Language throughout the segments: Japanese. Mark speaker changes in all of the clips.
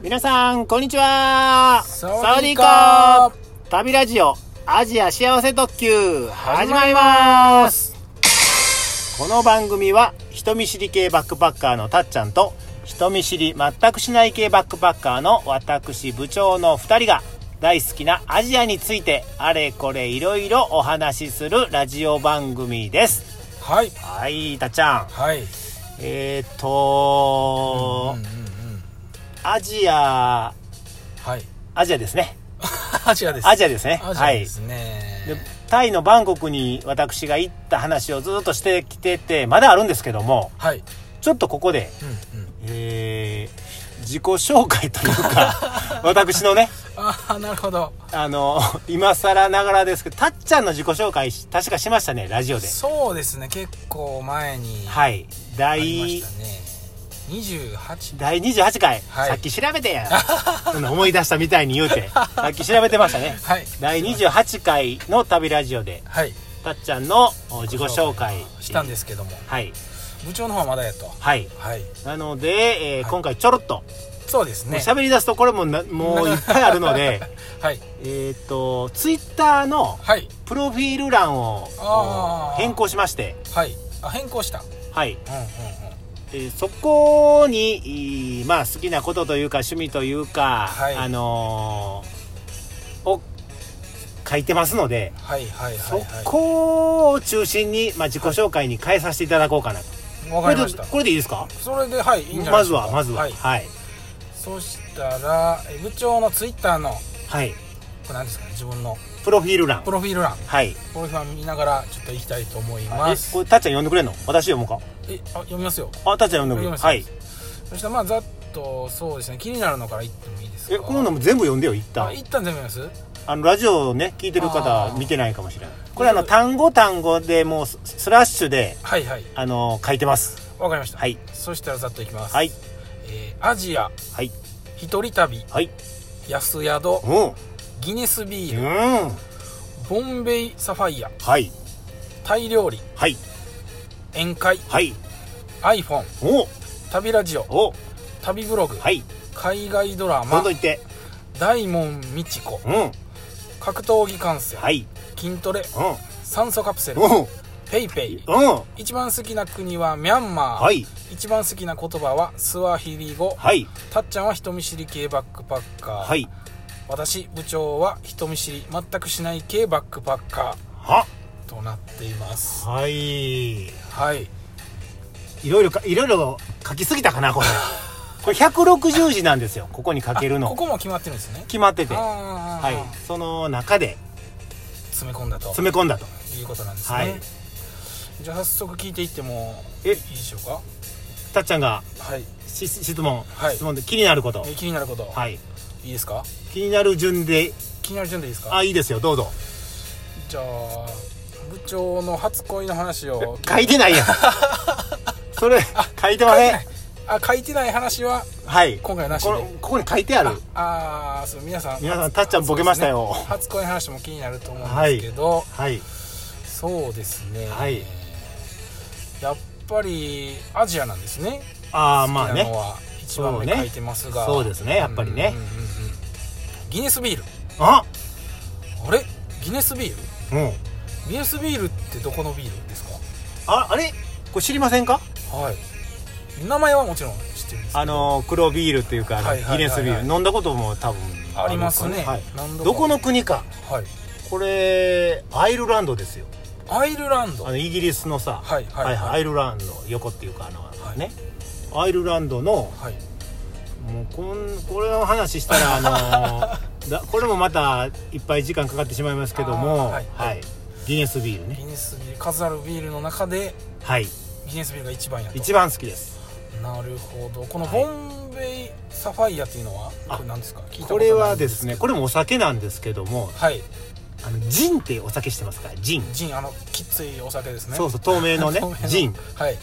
Speaker 1: 皆さん、こんにちはサ
Speaker 2: サワ
Speaker 1: ウ
Speaker 2: デ
Speaker 1: デ
Speaker 2: ィ
Speaker 1: ィ
Speaker 2: ー
Speaker 1: ー
Speaker 2: カー
Speaker 1: カー旅ラジオアジア幸せ特急始まりますこの番組は人見知り系バックパッカーのたっちゃんと人見知り全くしない系バックパッカーの私部長の2人が大好きなアジアについてあれこれいろいろお話しするラジオ番組です。
Speaker 2: はい
Speaker 1: はい、たっちゃん。
Speaker 2: はい
Speaker 1: えーっと
Speaker 2: うん、うん
Speaker 1: アジア、
Speaker 2: はい
Speaker 1: アジアですね。
Speaker 2: アジアです
Speaker 1: アジアですね。
Speaker 2: アジ
Speaker 1: は
Speaker 2: ア
Speaker 1: い
Speaker 2: で。すね、
Speaker 1: でタイのバンコクに私が行った話をずっとしてきててまだあるんですけども
Speaker 2: はい、
Speaker 1: ちょっとここで、
Speaker 2: うんうん、
Speaker 1: えー自己紹介という か私のね
Speaker 2: ああなるほど
Speaker 1: あの今更ながらですけどたっちゃんの自己紹介し確かしましたねラジオで
Speaker 2: そうですね結構前にあ
Speaker 1: はい
Speaker 2: りま
Speaker 1: 第
Speaker 2: したね、28
Speaker 1: 第28回、
Speaker 2: はい
Speaker 1: さっき調べてやんそんな思い出したみたいに言うてさっき調べてましたね
Speaker 2: はい
Speaker 1: 第28回の旅ラジオで
Speaker 2: はい
Speaker 1: たっちゃんのお自己紹介
Speaker 2: したんですけども
Speaker 1: はい
Speaker 2: 部長の方はまだやと
Speaker 1: はい
Speaker 2: はい
Speaker 1: なので、えー今回ちょろっと
Speaker 2: そうです
Speaker 1: もう
Speaker 2: ね
Speaker 1: 喋り出すとこれも なもういっぱいあるので
Speaker 2: はい
Speaker 1: えっとツイッターの
Speaker 2: はい
Speaker 1: プロフィール欄を
Speaker 2: あー
Speaker 1: 変更しまして、
Speaker 2: はいあ変更したう
Speaker 1: はい
Speaker 2: んうんうん
Speaker 1: えーそこに、いいまあ、好きなことというか趣味というか、
Speaker 2: はい
Speaker 1: あのーを書いてますので、
Speaker 2: はいはいはい
Speaker 1: そ
Speaker 2: は
Speaker 1: こを中心に、まあ、自己紹介に変えさせていただこうかなと、
Speaker 2: いわかり
Speaker 1: こ
Speaker 2: ま
Speaker 1: れ
Speaker 2: し
Speaker 1: で
Speaker 2: た
Speaker 1: これでいいですか
Speaker 2: それではいいいんじゃない
Speaker 1: ま
Speaker 2: で
Speaker 1: ず
Speaker 2: すか
Speaker 1: はまずははいはい、
Speaker 2: そしたらえ部長のツイッターのこ
Speaker 1: はい、
Speaker 2: れ何ですかね自分の
Speaker 1: プロフィール欄
Speaker 2: プロフィール欄
Speaker 1: はい
Speaker 2: プロフィール欄見ながらちょっと行きたいと思い
Speaker 1: え
Speaker 2: ます
Speaker 1: これたっちゃん呼んでくれんの私読もうか
Speaker 2: えあ読みますよ
Speaker 1: あたっちゃん呼んでくれ
Speaker 2: 読み
Speaker 1: る
Speaker 2: ます
Speaker 1: はい
Speaker 2: そしたらまあざっとそうですね気になるのから行ってもいいですか
Speaker 1: えこののも全部読んでよ一
Speaker 2: あ
Speaker 1: 旦
Speaker 2: 一旦全部読みます
Speaker 1: あのラジオをね聞いてる
Speaker 2: あ
Speaker 1: 方
Speaker 2: ー
Speaker 1: 見てないかもしれないこれあの単語単語でもうススラッシュで
Speaker 2: はいはい
Speaker 1: あの書いてます
Speaker 2: わかりました
Speaker 1: はい
Speaker 2: そしたらざっといきます
Speaker 1: はい
Speaker 2: えーアジア
Speaker 1: はい
Speaker 2: 一人旅
Speaker 1: はい
Speaker 2: 安宿
Speaker 1: うん
Speaker 2: ギネスビール
Speaker 1: うん
Speaker 2: ボンベイサファイア
Speaker 1: はい
Speaker 2: タイ料理
Speaker 1: はい
Speaker 2: 宴会
Speaker 1: はい
Speaker 2: iPhone
Speaker 1: お
Speaker 2: 旅ラジオ
Speaker 1: お
Speaker 2: 旅ブログ
Speaker 1: はい
Speaker 2: 海外ドラ
Speaker 1: どん
Speaker 2: マ
Speaker 1: どん言って
Speaker 2: 大門美智子
Speaker 1: うん
Speaker 2: 格闘技観戦、
Speaker 1: はい
Speaker 2: 筋トレ
Speaker 1: う
Speaker 2: 酸素カプセル
Speaker 1: んうん
Speaker 2: ペイペイ
Speaker 1: うん
Speaker 2: 一番好きな国はミャンマー、
Speaker 1: はい
Speaker 2: 一番好きな言葉はスワヒリ語、
Speaker 1: はい
Speaker 2: たっちゃんは人見知り系バックパッカー、
Speaker 1: はい
Speaker 2: 私部長は人見知り全くしない系バックパッカ
Speaker 1: は
Speaker 2: ーとなっています
Speaker 1: はい
Speaker 2: はい
Speaker 1: いろいろかいろいろ書きすぎたかなこ れこれ160字なんですよここに書ける
Speaker 2: あ
Speaker 1: の
Speaker 2: ここも決まってるんですね
Speaker 1: 決まってて、は
Speaker 2: あー
Speaker 1: い、その中で
Speaker 2: 詰め込んだと
Speaker 1: 詰め込んだと
Speaker 2: いうことなんですね、
Speaker 1: はい
Speaker 2: じゃあ早速聞いていってもい
Speaker 1: え
Speaker 2: いでしょうか
Speaker 1: たっちゃんが
Speaker 2: はい
Speaker 1: し質問、
Speaker 2: はい
Speaker 1: 質問で気になること
Speaker 2: え気になること、
Speaker 1: はい
Speaker 2: いいですか
Speaker 1: 気になる順で
Speaker 2: 気になる順でいいですか
Speaker 1: あいいですよどうぞ
Speaker 2: じゃあ部長の初恋の 話を
Speaker 1: 書いてないやん それ書いてません
Speaker 2: あ書いてない話は
Speaker 1: はいこ
Speaker 2: 今回はなし
Speaker 1: の
Speaker 2: で
Speaker 1: ここに書いてある
Speaker 2: ああそう皆さん
Speaker 1: 皆さんたっちゃんボケましたよ、
Speaker 2: 初恋の話も気になると思うんですけど、
Speaker 1: はい
Speaker 2: そうですね、
Speaker 1: はい
Speaker 2: やっぱりアジアなんですね
Speaker 1: ああまあ
Speaker 2: 好きなの
Speaker 1: ね
Speaker 2: は一番
Speaker 1: そう
Speaker 2: 目
Speaker 1: ね
Speaker 2: 書いてますが
Speaker 1: そうですねやっぱりね
Speaker 2: うんうんうんうんギネスビール
Speaker 1: あ
Speaker 2: あれギネスビール
Speaker 1: うん
Speaker 2: ギネスビールってどこのビールです
Speaker 1: ああれこれ知りませんか
Speaker 2: かはい名前はもちろん知ってるんですけど
Speaker 1: あの黒ビールっていうかあの
Speaker 2: はいはいはいはい
Speaker 1: ギネスビール飲んだことも多分
Speaker 2: ありますね
Speaker 1: はい
Speaker 2: 何度か
Speaker 1: どこの国か
Speaker 2: はい
Speaker 1: これアイルランドですよ
Speaker 2: アイルランド
Speaker 1: あ
Speaker 2: は
Speaker 1: の
Speaker 2: い
Speaker 1: イギリスのさ、
Speaker 2: はいはいはい
Speaker 1: アイルランドの横っていうかあの、
Speaker 2: はい
Speaker 1: ねアイルランドのもうこんこれの話したらあ のだこれもまたいっぱい時間かかってしまいますけども、
Speaker 2: あー
Speaker 1: は
Speaker 2: はいい
Speaker 1: ギネスビールね
Speaker 2: ギネスビール数あるビールの中で
Speaker 1: はい
Speaker 2: ギネスビールが一番やと
Speaker 1: 一番好きです
Speaker 2: なるほどこの
Speaker 1: はい
Speaker 2: ボンベイサファイアっていうのは
Speaker 1: あ
Speaker 2: これ何ですか聞いた
Speaker 1: こ
Speaker 2: と
Speaker 1: れ
Speaker 2: ない
Speaker 1: は
Speaker 2: ん
Speaker 1: ですねこれもお酒なんですけども
Speaker 2: はい
Speaker 1: あのジンってお酒してますからジン
Speaker 2: ジンあのきついお酒ですね
Speaker 1: そうそう透明のね
Speaker 2: 透明の
Speaker 1: ジン
Speaker 2: はい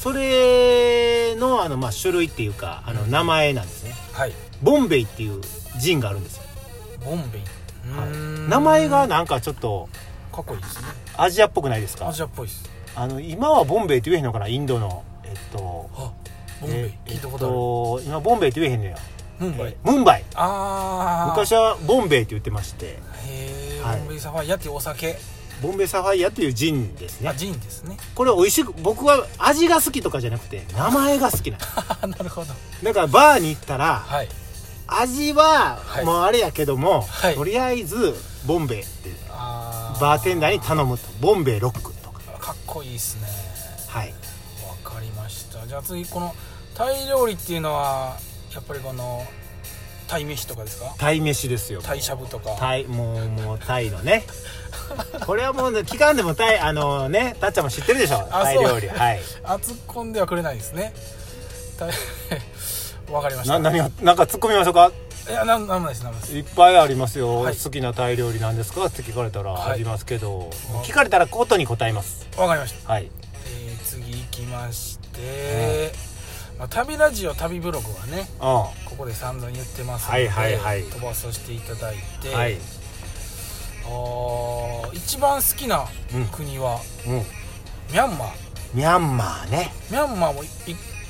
Speaker 1: それのあの、まあ、種類っていうかあの名前なんですね
Speaker 2: はい
Speaker 1: ボンベイっていうジンがあるんですよ、
Speaker 2: ボンベイ
Speaker 1: はいう
Speaker 2: ーん
Speaker 1: 名前がなんかちょっと
Speaker 2: かっこいいですね
Speaker 1: アジアっぽくないですか
Speaker 2: アジアっぽいです
Speaker 1: あの今はボンベイって言えへんのかなインドのえっと
Speaker 2: あボンベイ
Speaker 1: え
Speaker 2: 聞いたこと
Speaker 1: えっと今ボンベイって言えへんのよ
Speaker 2: ムンバイ
Speaker 1: ムンバイ
Speaker 2: ああ
Speaker 1: 昔はボンベイって言ってまして
Speaker 2: へえ、
Speaker 1: はい
Speaker 2: ボンベイサファイアっていうお酒、
Speaker 1: ボンベイサファイアというジンですね
Speaker 2: あジンですね
Speaker 1: これ美味しく僕は味が好きとかじゃなくて名前が好きなの
Speaker 2: なるほど
Speaker 1: だからバーに行ったら
Speaker 2: はい
Speaker 1: 味は
Speaker 2: はい
Speaker 1: もうあれやけども、
Speaker 2: はい
Speaker 1: とりあえずボンベイって
Speaker 2: あー
Speaker 1: バーテンダーに頼むとボンベイロックとか
Speaker 2: かっこいいですね
Speaker 1: はい
Speaker 2: わかりましたじゃあ次このタイ料理っていうのはやっぱりこのタイ飯とかですか
Speaker 1: 鯛飯ですよ
Speaker 2: タイしゃぶとか
Speaker 1: タイもうもうタイのねこれはもうね期間でもタイあのねたっちゃんも知ってるでしょ
Speaker 2: あ
Speaker 1: タイ
Speaker 2: そ
Speaker 1: 料
Speaker 2: う
Speaker 1: 理はい
Speaker 2: 熱っこんではくれないですねタイ わかりまし
Speaker 1: な
Speaker 2: た
Speaker 1: 何がなんか突っ込みましょうか
Speaker 2: いやなんなんもないですなんもないです
Speaker 1: いっぱいありますよ、
Speaker 2: はい
Speaker 1: 好きなタイ料理なんですかって聞かれたら
Speaker 2: はい
Speaker 1: ありますけど、
Speaker 2: うん
Speaker 1: 聞かれたらことに答えます
Speaker 2: わかりました
Speaker 1: はい
Speaker 2: えー次行きまして、まあ、旅ラジオ旅ブログはね
Speaker 1: うんは
Speaker 2: ここで散々言ってますので、
Speaker 1: はいはいはい
Speaker 2: 飛ばさせていただいて、
Speaker 1: い、
Speaker 2: あー一番好きな国は、
Speaker 1: うん、
Speaker 2: ミャンマー
Speaker 1: ミャンマーね
Speaker 2: ミャンマーもいい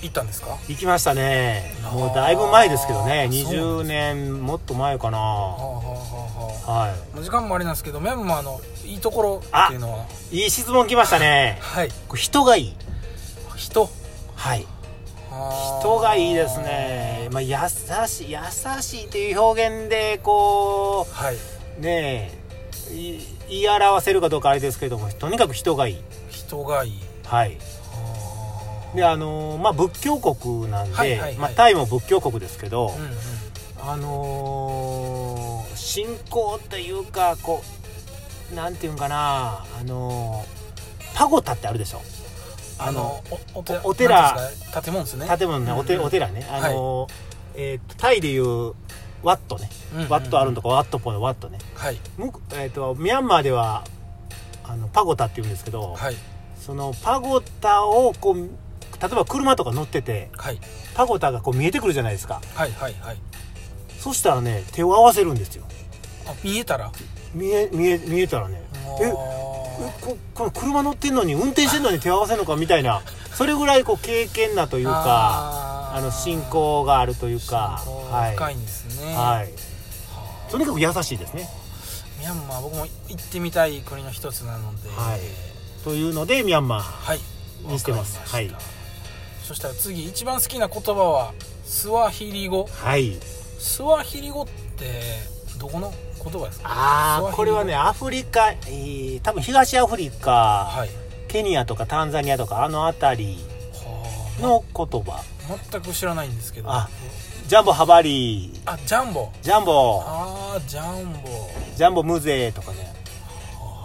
Speaker 2: 行ったんですか
Speaker 1: 行きましたね
Speaker 2: あー
Speaker 1: もうだいぶ前ですけどね
Speaker 2: そう
Speaker 1: 20年もっと前かな
Speaker 2: はあ
Speaker 1: は
Speaker 2: はあはあはあ時間もあれなんですけどミャンマーのいいところっていうのはい
Speaker 1: いい質問来ましたね
Speaker 2: はい
Speaker 1: これ人がいい
Speaker 2: 人
Speaker 1: はい
Speaker 2: あー
Speaker 1: 人がいいですね、まあ、優しい優しいという表現でこ
Speaker 2: はいう
Speaker 1: ねえい言い表せるかどうかあれですけどもとにかく人がいい
Speaker 2: 人がいい
Speaker 1: はい
Speaker 2: あー
Speaker 1: であのーまあ仏教国なんで、
Speaker 2: はいはいはい
Speaker 1: まあ、タイも仏教国ですけど、
Speaker 2: うんうん
Speaker 1: あのー信仰というかこうなんていうんかなあのーパゴタってあるでしょ
Speaker 2: あのおお寺
Speaker 1: おお寺
Speaker 2: なんていうんですか建物ですね
Speaker 1: 建物ね、おて
Speaker 2: うんうん
Speaker 1: お寺ね、あのーえーとタイでいうワットね、
Speaker 2: うんうん
Speaker 1: ワットあるのとこワットポのワットね
Speaker 2: はい
Speaker 1: むくえー、とミャンマーではあのパゴタって言うんですけど、
Speaker 2: はい
Speaker 1: そのパゴタをこう例えば車とか乗ってて
Speaker 2: はい
Speaker 1: パゴタがこう見えてくるじゃないですか
Speaker 2: はいはいはい
Speaker 1: そしたらね手を合わせるんですよ
Speaker 2: あ見えたら
Speaker 1: 見え見え見えたらねええここの車乗ってんのに運転してんのに手を合わせるのかみたいなそれぐらいこう経験なというかあの信仰があるというか
Speaker 2: はい深いんですね
Speaker 1: はい、は
Speaker 2: はい
Speaker 1: い、とにかく優しいですね
Speaker 2: ミャンマー僕も行ってみたい国の一つなので
Speaker 1: はいというのでミャンマー
Speaker 2: はい
Speaker 1: にしてます
Speaker 2: わかりま
Speaker 1: は
Speaker 2: したそしたら次一番好きな言葉はスワヒリ語
Speaker 1: はい
Speaker 2: スワヒリ語ってどこの言葉ですかス
Speaker 1: あ
Speaker 2: ワ
Speaker 1: あ
Speaker 2: ヒリ語
Speaker 1: これはねアフリカ、えー多分東アフリカ
Speaker 2: はい
Speaker 1: ケニアとかタンザニアとかあの辺り
Speaker 2: はあ
Speaker 1: の言葉
Speaker 2: ま全く知らないんですけど
Speaker 1: あジャンボハバリ
Speaker 2: あジャンボ
Speaker 1: ジャンボ
Speaker 2: ああジャンボ
Speaker 1: ジャンボムゼとかね。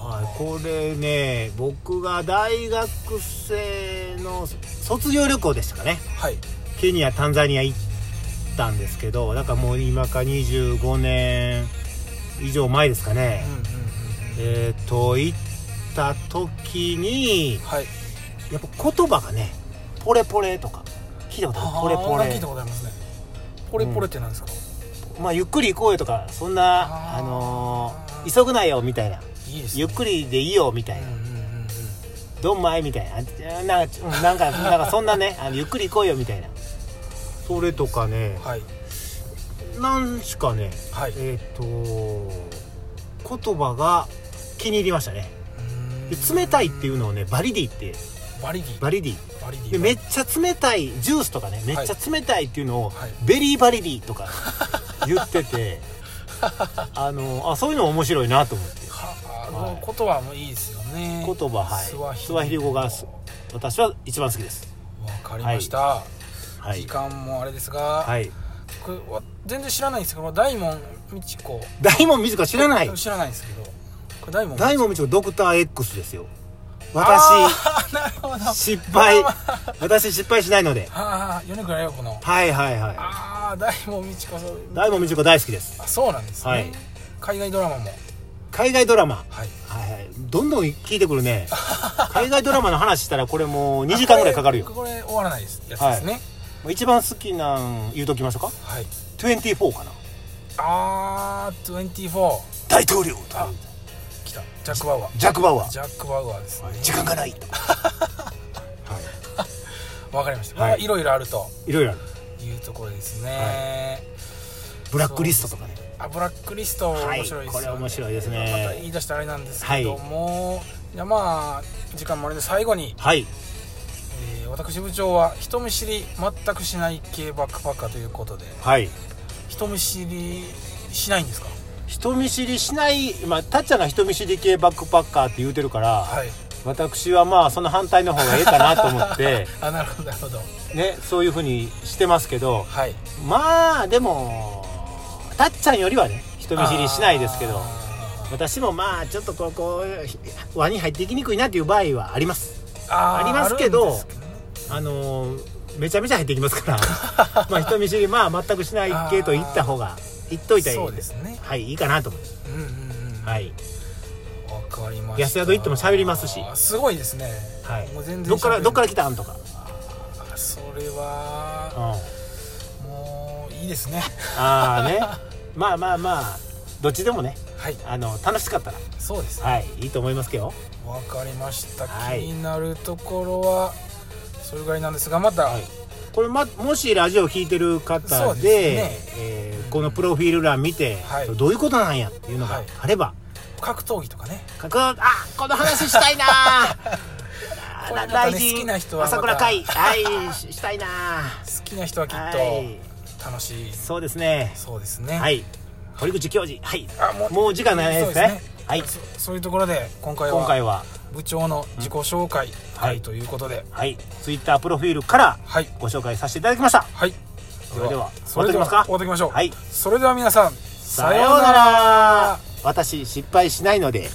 Speaker 1: はい、これね、僕が大学生の卒業旅行でしたかね。
Speaker 2: はい
Speaker 1: ケニア、タンザニア行ったんですけど、だからもう今か25年以上前ですか
Speaker 2: う
Speaker 1: ね
Speaker 2: ん。うんうんうん
Speaker 1: えっ、と、行った時に、
Speaker 2: はい
Speaker 1: やっぱ言葉がね、ポレポレとか。聞いたことあるポレポ
Speaker 2: あー聞いた
Speaker 1: レ。
Speaker 2: ことありますねポレポレって何ですか、
Speaker 1: まあ、ゆっくり行こうよとか、そんな、
Speaker 2: あー
Speaker 1: あのー急ぐなよみたいな。
Speaker 2: いいですね
Speaker 1: ゆっくりでいいよみたいな
Speaker 2: うん。うんうんうん
Speaker 1: どんまいみたいなあなんかうんなんかなんかそんなねあのゆっくり行こうよみたいなそれとかね
Speaker 2: はい
Speaker 1: 何しかね
Speaker 2: はい、う
Speaker 1: えっ、と言葉が気に入りましたねで
Speaker 2: ーん
Speaker 1: 冷たいっていうのをねバリディって
Speaker 2: バリディ
Speaker 1: バリディ
Speaker 2: バリディ
Speaker 1: でめっちゃ冷たいジュースとかねめっちゃ冷たいっていうのを、
Speaker 2: はい
Speaker 1: ベリーバリディと か言っててあのあそういうの面白いなと思って
Speaker 2: はあ
Speaker 1: はい
Speaker 2: の言葉もいいですよね
Speaker 1: 言葉はい
Speaker 2: スワヒリ語
Speaker 1: スワヒリ語がす私は一番好きです
Speaker 2: わかりました、
Speaker 1: は
Speaker 2: 時
Speaker 1: い
Speaker 2: 間もあれですが、
Speaker 1: はい
Speaker 2: これは全然知らないんですけど大門みち子
Speaker 1: 大門みずか知らない
Speaker 2: 知らないんですけどこれ大門
Speaker 1: 大
Speaker 2: 門
Speaker 1: 門みちこドクター X ですよ
Speaker 2: あ
Speaker 1: 私
Speaker 2: ーなるほど
Speaker 1: 失敗 私失敗しないので
Speaker 2: ああ米倉涼子の
Speaker 1: はいはいは
Speaker 2: ああ大門みち子そう
Speaker 1: い大門みちこ大好きです
Speaker 2: あそうなんですね、
Speaker 1: はい
Speaker 2: 海外ドラマも
Speaker 1: 海外ドラマ
Speaker 2: はい
Speaker 1: はいはいどんどん聞いてくる ね海外ドラマの話したらこれもう2時間ぐらいかかるよ
Speaker 2: あこれこれ終わらないですやつですね
Speaker 1: もう一番好きなん言うときましょうか
Speaker 2: はい、
Speaker 1: 24かな
Speaker 2: ああ24
Speaker 1: 大統領と
Speaker 2: あ来たジャック・バウアー
Speaker 1: ジャック・バウアー
Speaker 2: ジャック・バウアーですね
Speaker 1: 時間が ないとはい
Speaker 2: わかりました、
Speaker 1: はい
Speaker 2: まあいろいろあると
Speaker 1: いろいろある
Speaker 2: いうところですね、
Speaker 1: ブラックリストとかね
Speaker 2: あブラックリスト
Speaker 1: はい
Speaker 2: 面白いですよね、
Speaker 1: これ面白いですね
Speaker 2: また言い出したらあれなんですけども、じゃあまあ時間もあれで最後に、
Speaker 1: はい
Speaker 2: えー私部長は人見知り全くしない系バックパッカーということで
Speaker 1: はい
Speaker 2: 人見知りしないんですか
Speaker 1: 人見知りしないまあたっちゃんが人見知り系バックパッカーって言うてるから、
Speaker 2: はい
Speaker 1: 私はまあその反対の方がええかなと思 って、
Speaker 2: あなるほどなるほど
Speaker 1: ね、そういうふうにしてますけど
Speaker 2: はい
Speaker 1: まあでもたっちゃんよりはね人見知りしないですけど
Speaker 2: あ
Speaker 1: 私もまあちょっとこうこう輪に入っていきにくいなっていう場合はあります
Speaker 2: ーあー
Speaker 1: ありますけど
Speaker 2: あるんですね
Speaker 1: あのーめちゃめちゃ入ってきますから まあ人見知りまあ全くしない系と言った方が言っといたらい
Speaker 2: そ
Speaker 1: いう
Speaker 2: ですね
Speaker 1: はいいいかなと思います、
Speaker 2: うんうんうん
Speaker 1: はい
Speaker 2: わかりました
Speaker 1: 安宿行っても喋りますし
Speaker 2: すごいですね
Speaker 1: はい
Speaker 2: もう全然
Speaker 1: どっから
Speaker 2: 喋れない
Speaker 1: どっから来たんとか、
Speaker 2: あそれ
Speaker 1: うん、
Speaker 2: は
Speaker 1: あ
Speaker 2: もういいですね
Speaker 1: あねまあまあまあどっちでもね
Speaker 2: はい
Speaker 1: あの楽しかったら
Speaker 2: そうですね
Speaker 1: はいいいと思いますけど
Speaker 2: わかりました、
Speaker 1: はい
Speaker 2: 気になるところはそれぐらいなんですがまた、
Speaker 1: はいこれ、ま、もしラジオを聞いてる
Speaker 2: そ
Speaker 1: 方
Speaker 2: う
Speaker 1: で
Speaker 2: です
Speaker 1: えーこのプロフィール欄見て、
Speaker 2: はい
Speaker 1: どういうことなんやっていうのが
Speaker 2: はい
Speaker 1: あれば、
Speaker 2: 格闘技とかね
Speaker 1: かくあこの話したいな
Speaker 2: これまたね
Speaker 1: 大臣
Speaker 2: 好きな人はまた
Speaker 1: 朝倉海 はいししたいな
Speaker 2: 好きな人はきっ
Speaker 1: はい
Speaker 2: と楽しい、
Speaker 1: そうですね
Speaker 2: そうですね
Speaker 1: はい堀口教授はい
Speaker 2: あもう
Speaker 1: もう時間ないですね
Speaker 2: そうですね
Speaker 1: はい
Speaker 2: そそういうところで今回
Speaker 1: 今回
Speaker 2: は
Speaker 1: は
Speaker 2: 部長の自己紹介
Speaker 1: はい
Speaker 2: 会ということで
Speaker 1: はいツイッタープロフィールから
Speaker 2: はい
Speaker 1: ご紹介させていただきました
Speaker 2: はい
Speaker 1: それでは
Speaker 2: それでは
Speaker 1: 終わっ
Speaker 2: 終わっていきましょう、
Speaker 1: はい
Speaker 2: それでは皆さん
Speaker 1: さようなら私失敗しないので